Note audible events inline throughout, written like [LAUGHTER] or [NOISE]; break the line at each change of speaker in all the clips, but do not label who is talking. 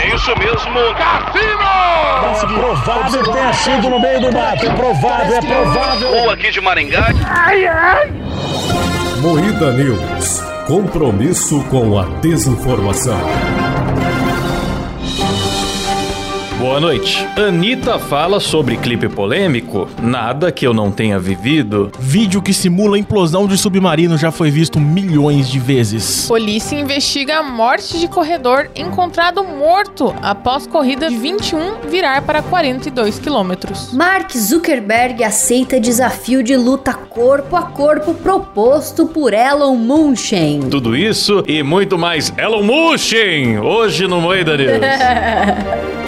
É isso mesmo, Cassino!
Mas provável tenha sido no meio do mato. É provável, é provável.
Ou aqui de Maringá.
Moída News. Compromisso com a desinformação.
Boa noite. Anitta fala sobre clipe polêmico. Nada que eu não tenha vivido.
Vídeo que simula implosão de submarino já foi visto milhões de vezes.
Polícia investiga a morte de corredor encontrado morto após corrida de 21 virar para 42 quilômetros.
Mark Zuckerberg aceita desafio de luta corpo a corpo proposto por Elon Musk.
Tudo isso e muito mais. Elon Musk! Hoje no Moeda News.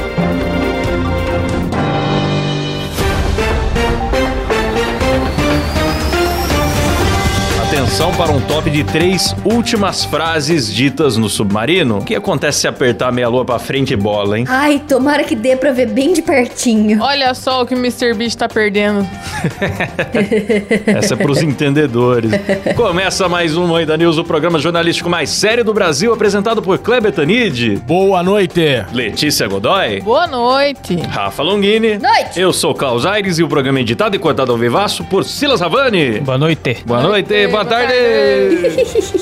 Atenção para um top de três últimas frases ditas no submarino. O que acontece se apertar meia lua pra frente e bola, hein?
Ai, tomara que dê pra ver bem de pertinho.
Olha só o que o Mr. Beast tá perdendo.
Essa é
[LAUGHS]
pros entendedores. Começa mais um Moeda News, o programa jornalístico mais sério do Brasil, apresentado por Kleber Tanid,
Boa noite.
Letícia Godoy,
Boa noite.
Rafa Longini.
Noite.
Eu sou o Klaus Aires e o programa é editado e cortado ao vivaço por Silas Havani.
Boa noite.
Boa noite, boa,
boa
tarde.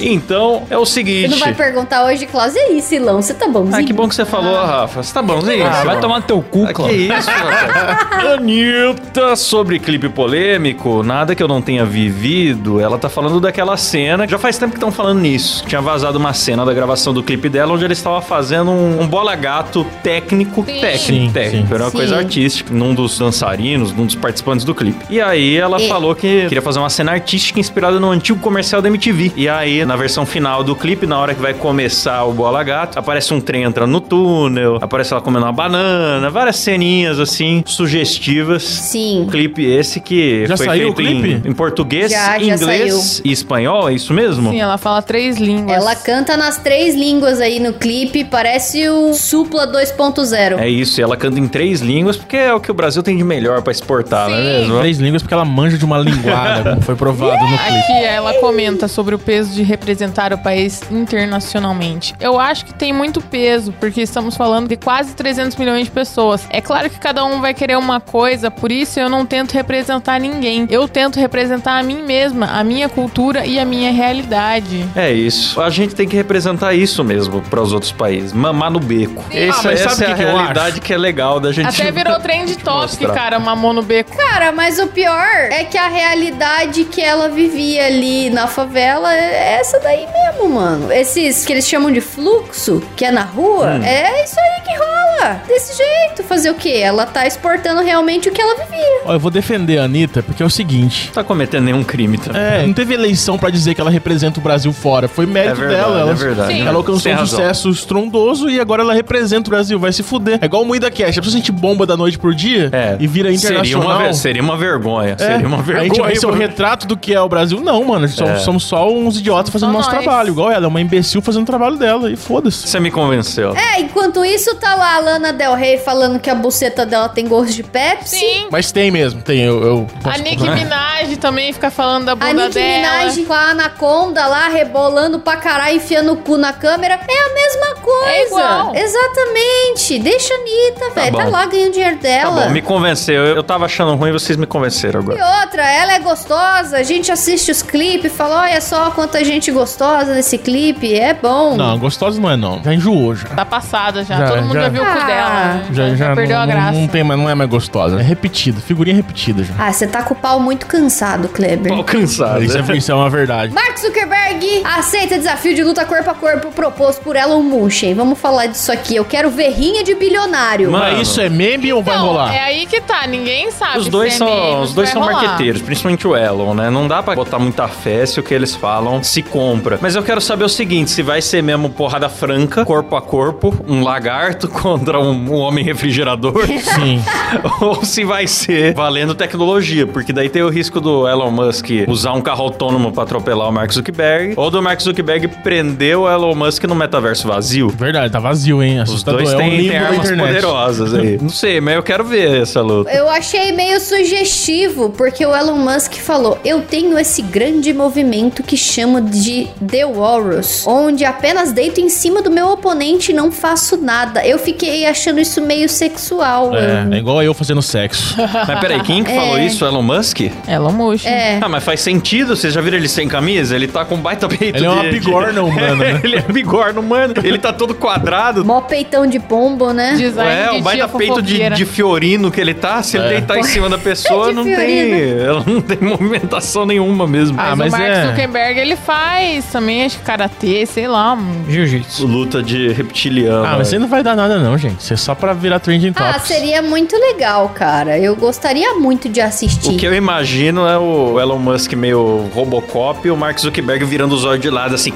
então, é o
Você
seguinte.
não vai perguntar hoje, Klaus? E aí, Silão, você tá bonzinho?
Ah, que bom que você falou, Rafa. Você tá bonzinho?
Ah, vai tomar no teu cu,
Ah, que
Cláudio.
isso, Rafa? Anitta, sobre clipe polêmico, nada que eu não tenha vivido, ela tá falando daquela cena. Já faz tempo que estão falando nisso. Tinha vazado uma cena da gravação do clipe dela, onde ela estava fazendo um, um bola-gato técnico.
Sim.
Técnico,
Sim,
técnico.
sim.
Era uma
Sim.
coisa artística. Num dos dançarinos, num dos participantes do clipe. E aí ela
E-
falou que queria fazer uma cena artística inspirada no antigo comercial da MTV. E aí, na versão final do clipe, na hora que vai começar o Bola Gato, aparece um trem entrando no túnel, aparece ela comendo uma banana, várias ceninhas assim, sugestivas.
Sim.
Um clipe esse que
Já
foi
saiu o
feito em-
clipe?
Em, português,
Já, já
inglês e espanhol, é isso mesmo?
Sim, ela fala três línguas.
Ela canta nas três línguas aí no clipe, parece o Supla 2.0.
É isso, e ela canta em três línguas, porque é o que o Brasil tem de melhor pra exportar, não é mesmo?
Três línguas porque ela manja de uma linguada, como foi provado no clipe.
Aqui ela comenta sobre o peso de representar o país internacionalmente. Eu acho que tem muito peso, porque estamos falando de quase 300 milhões de pessoas. É claro que cada um vai querer uma coisa, por isso eu não tento representar ninguém. Eu tento representar a mim mesma, a minha cultura e a minha realidade.
É isso. A gente tem que representar isso mesmo para os outros países. Mamar no beco. Essa,
Ah, mas
essa
sabe o
é
que
a
que eu
realidade
acho?
que é legal da gente.
Até virou trend topic,
Mostrar.
cara, mamou no beco.
Cara, mas o pior é que a realidade que ela vivia ali na favela é essa daí mesmo, mano. Esses que eles chamam de fluxo, que é na rua, é isso aí que rola. Desse jeito, fazer o quê? Ela tá exportando realmente o que ela vivia.
Ó, eu vou defender a Anitta porque é o seguinte.
Não tá cometendo nenhum crime também.
É, não teve eleição pra dizer que ela representa o Brasil fora. Foi mérito
É verdade,
dela. Ela,
é verdade.
Sim.
ela alcançou
Tem
um
razão.
sucesso estrondoso e agora ela representa o Brasil. Vai se fuder. É igual o Moída Cash. A pessoa sente bomba da noite pro dia
É.
e vira
Seria
internacional.
uma, ver- seria uma vergonha.
É.
Seria uma
A gente
vergonha.
vai ser o
pro-
retrato do que é o Brasil. Não, mano. Somos,
É.
somos só uns idiotas fazendo
só
nosso
nós.
trabalho. Igual ela. É uma imbecil fazendo o trabalho dela. E foda-se.
Você me convenceu.
É, enquanto isso tá lá a Lana Del Rey falando que a buceta dela tem gosto de Pepsi.
Sim.
Mas tem mesmo. Tem. Eu, eu
A
posso
Nicki
comprar.
Minaj também fica falando da bunda
A Nicki
dela.
Minaj com a Anaconda lá, rebolando pra caralho, enfiando o cu na câmera. É a mesma coisa.
É igual.
Exatamente. Deixa a Anitta, velho. Tá
bom.
lá ganhando dinheiro
Tá
dela.
bom, me convenceu. Eu, eu tava achando ruim, vocês me convenceram agora.
E outra, ela é gostosa, a gente assiste os clipes e fala, olha só quanta gente gostosa nesse clipe, é bom.
Não, gostosa não é não. Já enjoou já.
Tá passada já.
Já,
Todo mundo
já.
já, viu o cu
Ah.
dela. né?
Já, já,
perdeu
não,
a
não-
graça.
Não, tem, mais- não é mais gostosa. É repetido. Figurinha repetida já.
Ah, você tá com o pau muito cansado, Kleber.
Tô cansado.
Isso é, isso é uma verdade.
Mark Zuckerberg aceita desafio de luta corpo a corpo proposto por Elon Musk. Vamos falar disso aqui. Eu quero ver rinha de bilionário.
Mano,
Mas isso é meme ou vai
Então,
rolar?
É aí que tá, ninguém sabe.
Os dois
se é
são,
meme,
os
se vai
dois são
rolar.
marqueteiros, principalmente o Elon, né? Não dá pra botar muita fé se o que eles falam se compra. Mas eu quero saber o seguinte, se vai ser mesmo porrada franca, corpo a corpo, um lagarto [LAUGHS] contra um, um
[LAUGHS]
homem refrigerador,
Sim.
ou se vai ser valendo tecnologia, porque daí tem o risco do Elon Musk usar um carro autônomo pra atropelar o Mark Zuckerberg, ou do Mark Zuckerberg prender o Elon Musk no metaverso vazio.
Verdade, tá vazio, hein?
Os
Assustador.
dois
é um
têm,
livro
têm
da
armas
internet. [LAUGHS]
poderosas aí. Não sei, mas eu quero ver essa luta.
Eu achei meio sugestivo, porque o Elon Musk falou: Eu tenho esse grande movimento que chamo de The Walrus, onde apenas deito em cima do meu oponente e não faço nada. Eu fiquei, fiquei achando isso meio sexual. eu-
É, é igual eu fazendo
[LAUGHS]
sexo.
Mas peraí, quem
[LAUGHS] É.
que falou isso? Elon Musk?
Elon Musk.
É.
Ah, mas faz sentido, vocês já viram ele sem camisa? Ele tá com um baita peito.
Ele é uma
de- de-
bigorna humana, né?
[LAUGHS] ele é bigorna humana. Ele tá todo quadrado.
Mó peitão de pombo, né?
Design
é,
de
o baita
tia
peito de,
fofoqueira.
de fiorino que ele tá.
É.
Se ele deitar em
[LAUGHS]
cima da pessoa,
De
não tem.
fiorino.
Ela [LAUGHS] não tem movimentação nenhuma mesmo.
Ah,
Mas
mas
o Mark
é-
Zuckerberg, ele faz também, acho que karatê, sei lá, um jiu-jitsu.
Luta de reptiliano.
Ah, mas isso aí não vai dar nada não, gente. Isso é só pra virar trending
Ah,
topics.
seria muito legal, cara. Eu gostaria muito de
O
assistir.
que eu imagino é o Elon Musk meio Robocop e o Mark Zuckerberg virando os olhos de lado assim.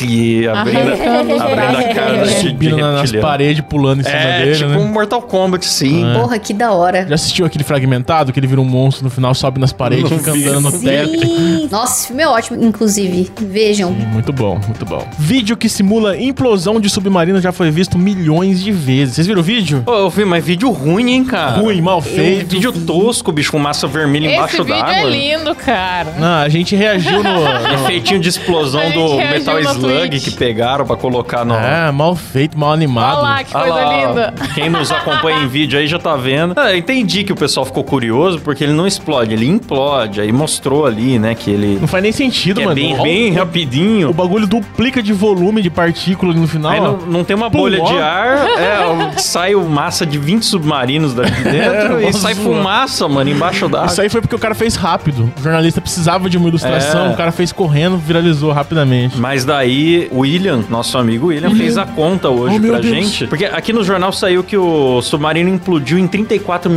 E abrindo,
Arrancando os
abrindo a
braços
cara
dele.
É, de, de
Subindo na- nas
reptiliano.
paredes, pulando em cima
É,
dele,
tipo
né? É.
um Mortal Kombat, sim.
Porra, que da hora.
Já assistiu aquele fragmentado que ele vira um monstro no final, sobe nas paredes,
Não
fica
vi.
andando no teto?
Sim. Nossa, esse filme é ótimo, inclusive. Vejam.
Muito bom, muito bom. Vídeo que simula implosão de submarino já foi visto milhões de vezes. Vocês viram o vídeo?
Pô, eu vi, mas vídeo ruim, hein, cara?
Ruim, mal
Feio,
feito.
vídeo tosco, bicho, com massa vermelha
Esse
embaixo
vídeo
d'água. Um
é lindo, cara.
[LAUGHS]
Não, Ah, a gente reagiu no. no-
Efeitinho de explosão
A
do
gente reagiu
Metal
na
Slug
Twitch.
que pegaram pra colocar no.
Ah, mal feito, mal
Olha
animado.
lá, que
Ah
coisa
lá,
linda.
Quem nos acompanha em vídeo aí já tá vendo. Ah, eu entendi que o pessoal ficou curioso porque ele não explode, ele implode. Aí mostrou ali, né, que ele
Não faz nem sentido,
que é
mano.
bem,
Ó,
bem rapidinho.
O bagulho duplica de volume de partícula ali no final.
Aí
ó.
não, não tem uma
Pum,
bolha de
ó.
ar, é,
[LAUGHS]
o- sai o massa de 20 submarinos daqui dentro
É,
e sai
nossa.
fumaça, mano, embaixo d'água.
Isso aí foi porque o cara fez rápido. O jornalista precisava de uma ilustração,
É.
o cara fez correndo, viralizou rapidamente.
Mas daí, o William, nosso amigo William, fez a conta hoje
Uhum. Oh, meu
pra
Deus.
gente. Porque aqui no jornal saiu que o submarino implodiu em 34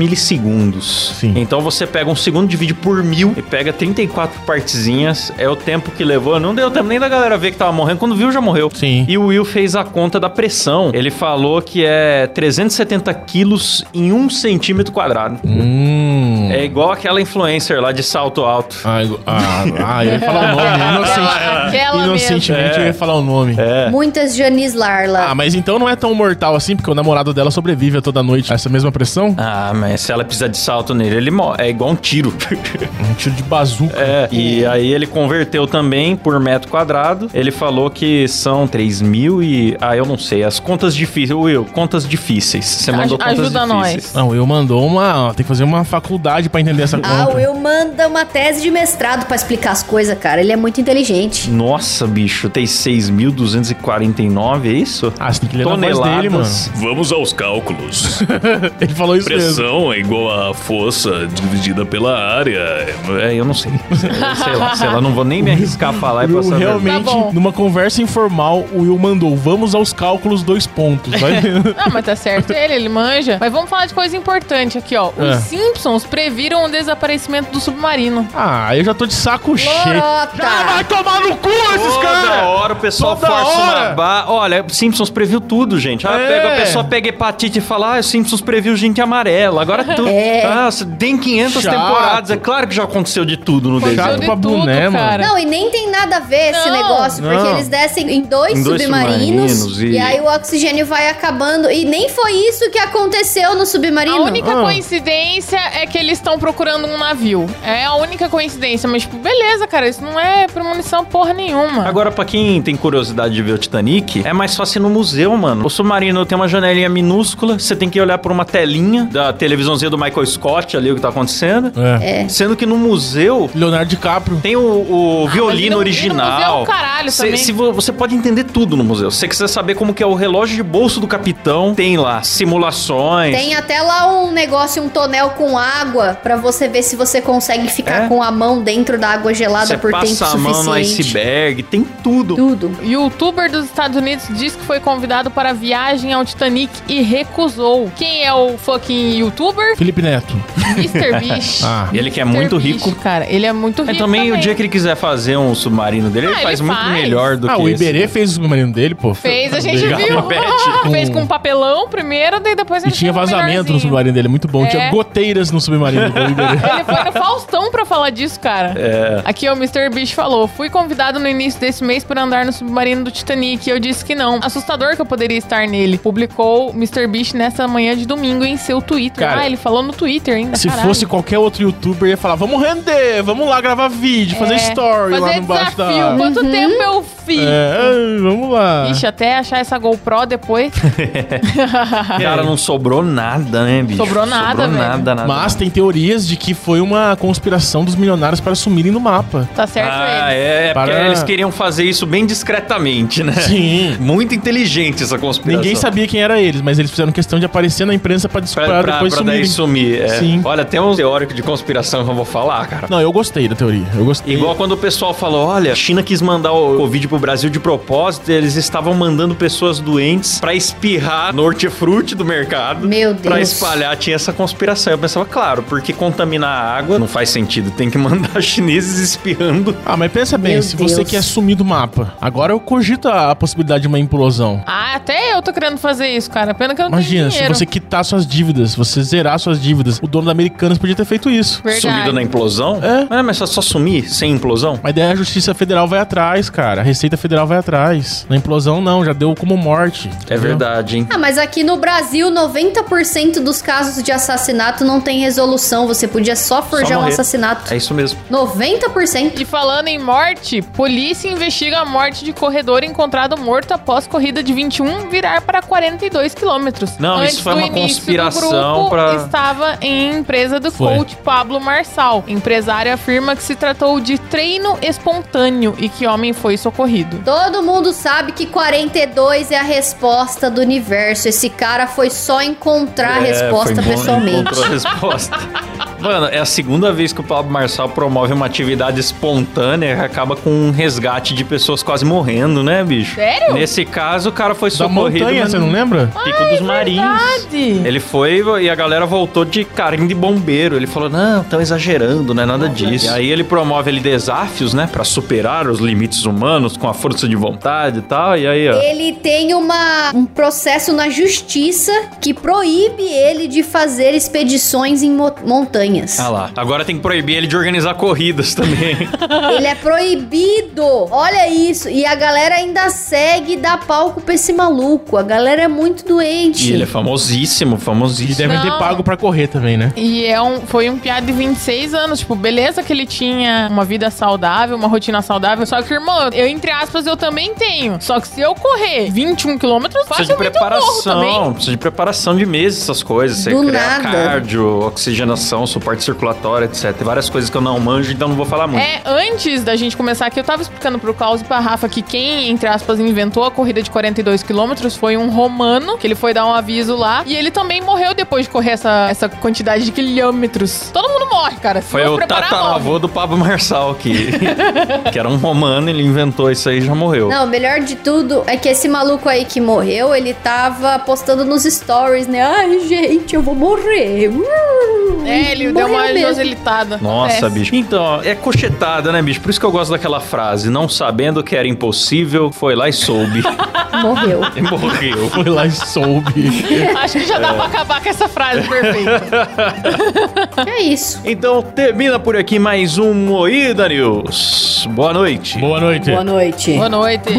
milissegundos.
Sim.
Então você pega um segundo, divide por mil e pega 34 partezinhas. É o tempo que levou. Não deu tempo nem da galera ver que tava morrendo. Quando viu, já morreu.
Sim.
E o Will fez a conta da pressão. Ele falou que é 370 quilos em um centímetro quadrado.
Hum.
É igual aquela influencer lá de salto alto.
Ah, igu- ah, ah, eu ia falar o nome.
Aquela-
Inocente,
aquela
inocentemente
mesmo.
eu ia falar o nome.
Muitas Janice Larla.
Ah, mas então não é tão mortal assim, porque o namorado dela sobrevive a toda noite a essa mesma pressão?
Ah, mas se ela pisar de salto nele, ele morre. É igual um tiro. [LAUGHS]
Um tiro de bazuca.
É, e aí ele converteu também por metro quadrado. Ele falou que são 3 mil e. Ah, eu não sei. As contas difíceis. Will, contas difíceis. Você mandou
Aj-
contas
ajuda
difíceis.
nós.
Não, eu mandou uma. ó, Tem que fazer uma faculdade pra entender essa
Ah,
conta.
o Will manda uma tese de mestrado pra explicar as coisas, cara. Ele é muito inteligente.
Nossa, bicho, tem 6.249, é isso?
Ah, você tem que ler na voz
Toneladas.
dele, mano.
Vamos aos cálculos.
[LAUGHS] Ele falou isso mesmo.
Pressão é igual a força dividida pela área.
É, eu não sei. [LAUGHS] Sei lá, sei lá, não vou nem me arriscar a falar e
Will
passar vergonha.
É, realmente,
Tá bom.
numa conversa informal, o Will mandou: vamos aos cálculos, dois pontos. Vai [LAUGHS] vendo.
Não, mas tá certo ele, ele manja. Mas vamos falar de coisa importante aqui, ó. Os
É.
Simpsons previram o desaparecimento do submarino.
ah, eu já tô de saco cheio. Já
Lorota!
vai tomar no cu esses
Toda
caras!
hora o pessoal
Toda
força uma
hora!
barra. Olha, Simpsons previu tudo, gente. Ah,
É.
pega, a pessoa pega hepatite e fala, ah, o Simpsons previu gente amarela. Agora
[LAUGHS]
tudo.
É.
Ah, tem 500
Chato.
temporadas. É claro que já aconteceu de tudo no
Aconteceu
Chato
desenho.
de
pra
tudo,
boné, mano.
cara.
Não, e nem tem nada a ver esse
Não.
negócio, porque
Não.
eles descem em dois,
Em dois
submarinos,
submarinos e-
e... aí o oxigênio vai acabando. E nem foi isso que aconteceu no
A
submarino.
única
Ah.
coincidência é que eles estão procurando um navio. É a única coincidência. Mas, tipo, beleza, cara. Isso não é premonição porra nenhuma.
Agora, pra quem tem curiosidade de ver o Titanic, é mais fácil ir no museu, mano. O submarino tem uma janelinha minúscula, você tem que olhar por uma telinha da televisãozinha do Michael Scott ali, o que tá acontecendo.
É.
Sendo que no museu,
Leonardo DiCaprio.
Tem o, o
Ah, mas ir
violino
no- ir no museu é
original.
um caralho
Cê-
também.
se vo- você pode entender tudo no museu. Se você quiser saber como que é o relógio de bolso do capitão, tem lá simulações.
Tem até lá um negócio, um tonel com água, pra você ver se você consegue ficar
É.
com a mão dentro da água gelada
Você
por tempo
passa a
suficiente.
mão no iceberg, tem tudo.
Tudo.
Youtuber dos Estados Unidos diz que foi convidado para viagem ao Titanic e recusou. Quem é o
[LAUGHS]
fucking youtuber?
Felipe Neto.
Mr. Beast.
Ah.
E ele que é
Mr.
muito
Beast,
rico.
Cara, ele é muito rico.
Mas também, o dia que ele quiser fazer um submarino dele,
Ah,
ele
ele
faz muito
faz.
melhor do
Ah,
que
o
esse. né?
Iberê fez o submarino dele, pô.
Fez, a gente
Legal.
viu.
Pet.
[LAUGHS] Fez com um papelão primeiro, daí depois
E
ele
tinha
fez um
vazamento no
melhorzinho.
submarino dele, muito bom.
É.
Tinha goteiras no submarino do
[LAUGHS]
Iberê.
Ele foi no Faustão pra falar disso, cara.
É.
Aqui o Mr. Beast falou: fui convidado no início desse mês para andar no submarino do Titanic e eu disse que não. Assustador que eu poderia estar nele. Publicou o Mr. Beast nessa manhã de domingo em seu Twitter.
Cara,
ah, ele falou no Twitter ainda.
Se
caralho.
fosse qualquer outro youtuber, ia falar: vamos render, vamos vamos lá gravar vídeo, fazer
É,
story lá
fazer
no baixo da.
desafio. Quanto tempo eu fiz?
É, vamos lá.
Ixi, até achar essa GoPro depois.
Cara, não sobrou nada, né, bicho?
Sobrou nada,
sobrou
velho.
nada, nada.
Mas tem teorias de que foi uma conspiração dos milionários para sumirem no mapa. [LAUGHS]
Tá certo
Ah,
ele.
é, é porque
Para-
eles queriam fazer isso bem discretamente, né?
Sim.
Muito inteligente essa conspiração.
Ninguém sabia quem era eles, mas eles fizeram questão de aparecer na imprensa para
Pra, pra,
depois
pra
sumirem.
daí sumir. é.
Sim.
Olha, tem um teórico de conspiração que eu vou falar, cara.
Não, eu gostei da teoria. Eu gostei.
Igual quando o pessoal falou, olha, a China quis mandar o Covid pro Brasil de propósito, eles estavam mandando pessoas doentes pra espirrar no hortifruti do mercado.
Meu Deus.
Pra espalhar, tinha essa conspiração. Eu pensava, claro, porque contaminar a água não faz sentido, tem que mandar [LAUGHS] chineses espirrando.
Ah, mas pensa bem,
Meu
se
Deus.
você quer sumir do mapa, agora eu cogito a, a possibilidade de uma implosão.
Ah, até eu tô querendo fazer isso, cara. Pena que eu não
Imagina,
tenho
se
dinheiro.
você quitar suas dívidas, você zerar suas dívidas, o dono da Americanas podia ter feito isso.
Verdade.
Sumido na implosão? "Ah,
É.
mas só, só sumir sem implosão?
Mas daí a Justiça Federal vai atrás, cara. A Receita Federal vai atrás. Na implosão, não, já deu como morte.
É
entendeu?
verdade, hein?
Ah, mas aqui no Brasil, 90% dos casos de assassinato não tem resolução. Você podia só forjar um
morrer.
assassinato.
É isso mesmo.
90%.
E falando em morte, polícia investiga a morte de corredor encontrado morto após corrida de 21 virar para 42 quilômetros.
Não,
Antes
isso foi
do
uma
início do
conspiração
grupo,
pra-
Estava em empresa do
Foi.
coach Pablo Marçal. Empresário afirma que se tratou de treino espontâneo e que homem foi socorrido.
Todo mundo sabe que 42 é a resposta do universo. Esse cara foi só encontrar a
É,
resposta
foi bom,
pessoalmente.
Encontrou a
[LAUGHS]
resposta. Mano, é a segunda vez que o Pablo Marçal promove uma atividade espontânea que acaba com um resgate de pessoas quase morrendo, né, bicho?
Sério?
Nesse caso, o cara foi
Da
socorrido
montanha,
mas
você não lembra?
no Pico dos Marins.
é Verdade.
Ele foi e a galera voltou de carinho de bombeiro. Ele falou: não, estão exagerando, não é nada disso. E aí ele promove ali desafios, né? Pra superar os limites humanos com a força de vontade e tal. E aí, ó.
Ele tem uma, um processo na justiça que proíbe ele de fazer expedições em mo- montanhas.
Ah lá. Agora tem que proibir ele de organizar
[LAUGHS]
corridas também.
Ele é proibido. Olha isso. E a galera ainda segue e dá palco pra esse maluco. A galera é muito doente.
e ele é famosíssimo,
E
famosíssimo.
devem ter
Não.
pago pra correr também, né? [LAUGHS]
E é um, foi um piá de 26 anos. Tipo, beleza que ele tinha uma vida saudável, uma rotina saudável. Só que, irmão, eu, entre aspas, eu também tenho. Só que se eu correr 21 quilômetros,
Precisa de
facilmente eu morro também.
preparação, precisa de preparação de meses, essas coisas. Você
Do
criar
nada.
cardio, oxigenação, suporte circulatório, etc. Tem várias coisas que eu não manjo, então não vou falar muito.
É, antes da gente começar aqui, eu tava explicando pro Klaus e pra Rafa que quem, entre aspas, inventou a corrida de 42 quilômetros foi um romano, que ele foi dar um aviso lá. E ele também morreu depois de correr essa, essa quantidade de quilômetros. Todo mundo morre, cara. Se
Foi
não
o
preparar, morre.
tataravô do Pablo Marçal que, [LAUGHS] que era um romano, ele inventou isso aí e já morreu.
Não, o melhor de tudo é que esse maluco aí que morreu, ele tava postando nos stories, né? Ai, gente, eu vou morrer. Uh,
É, ele deu
morreu
uma
mesmo.
joselitada.
Nossa,
Acontece.
bicho. Então, ó, é cochetada, né, bicho? Por isso que eu gosto daquela frase, não sabendo que era impossível, foi lá e soube. [LAUGHS]
Morreu.
[LAUGHS]
e morreu.
Foi lá e soube.
Acho que já dá pra acabar com essa frase perfeita.
é isso.
Então, termina por aqui mais um Moída News. Boa noite.
Boa noite.
Boa noite.
Boa noite.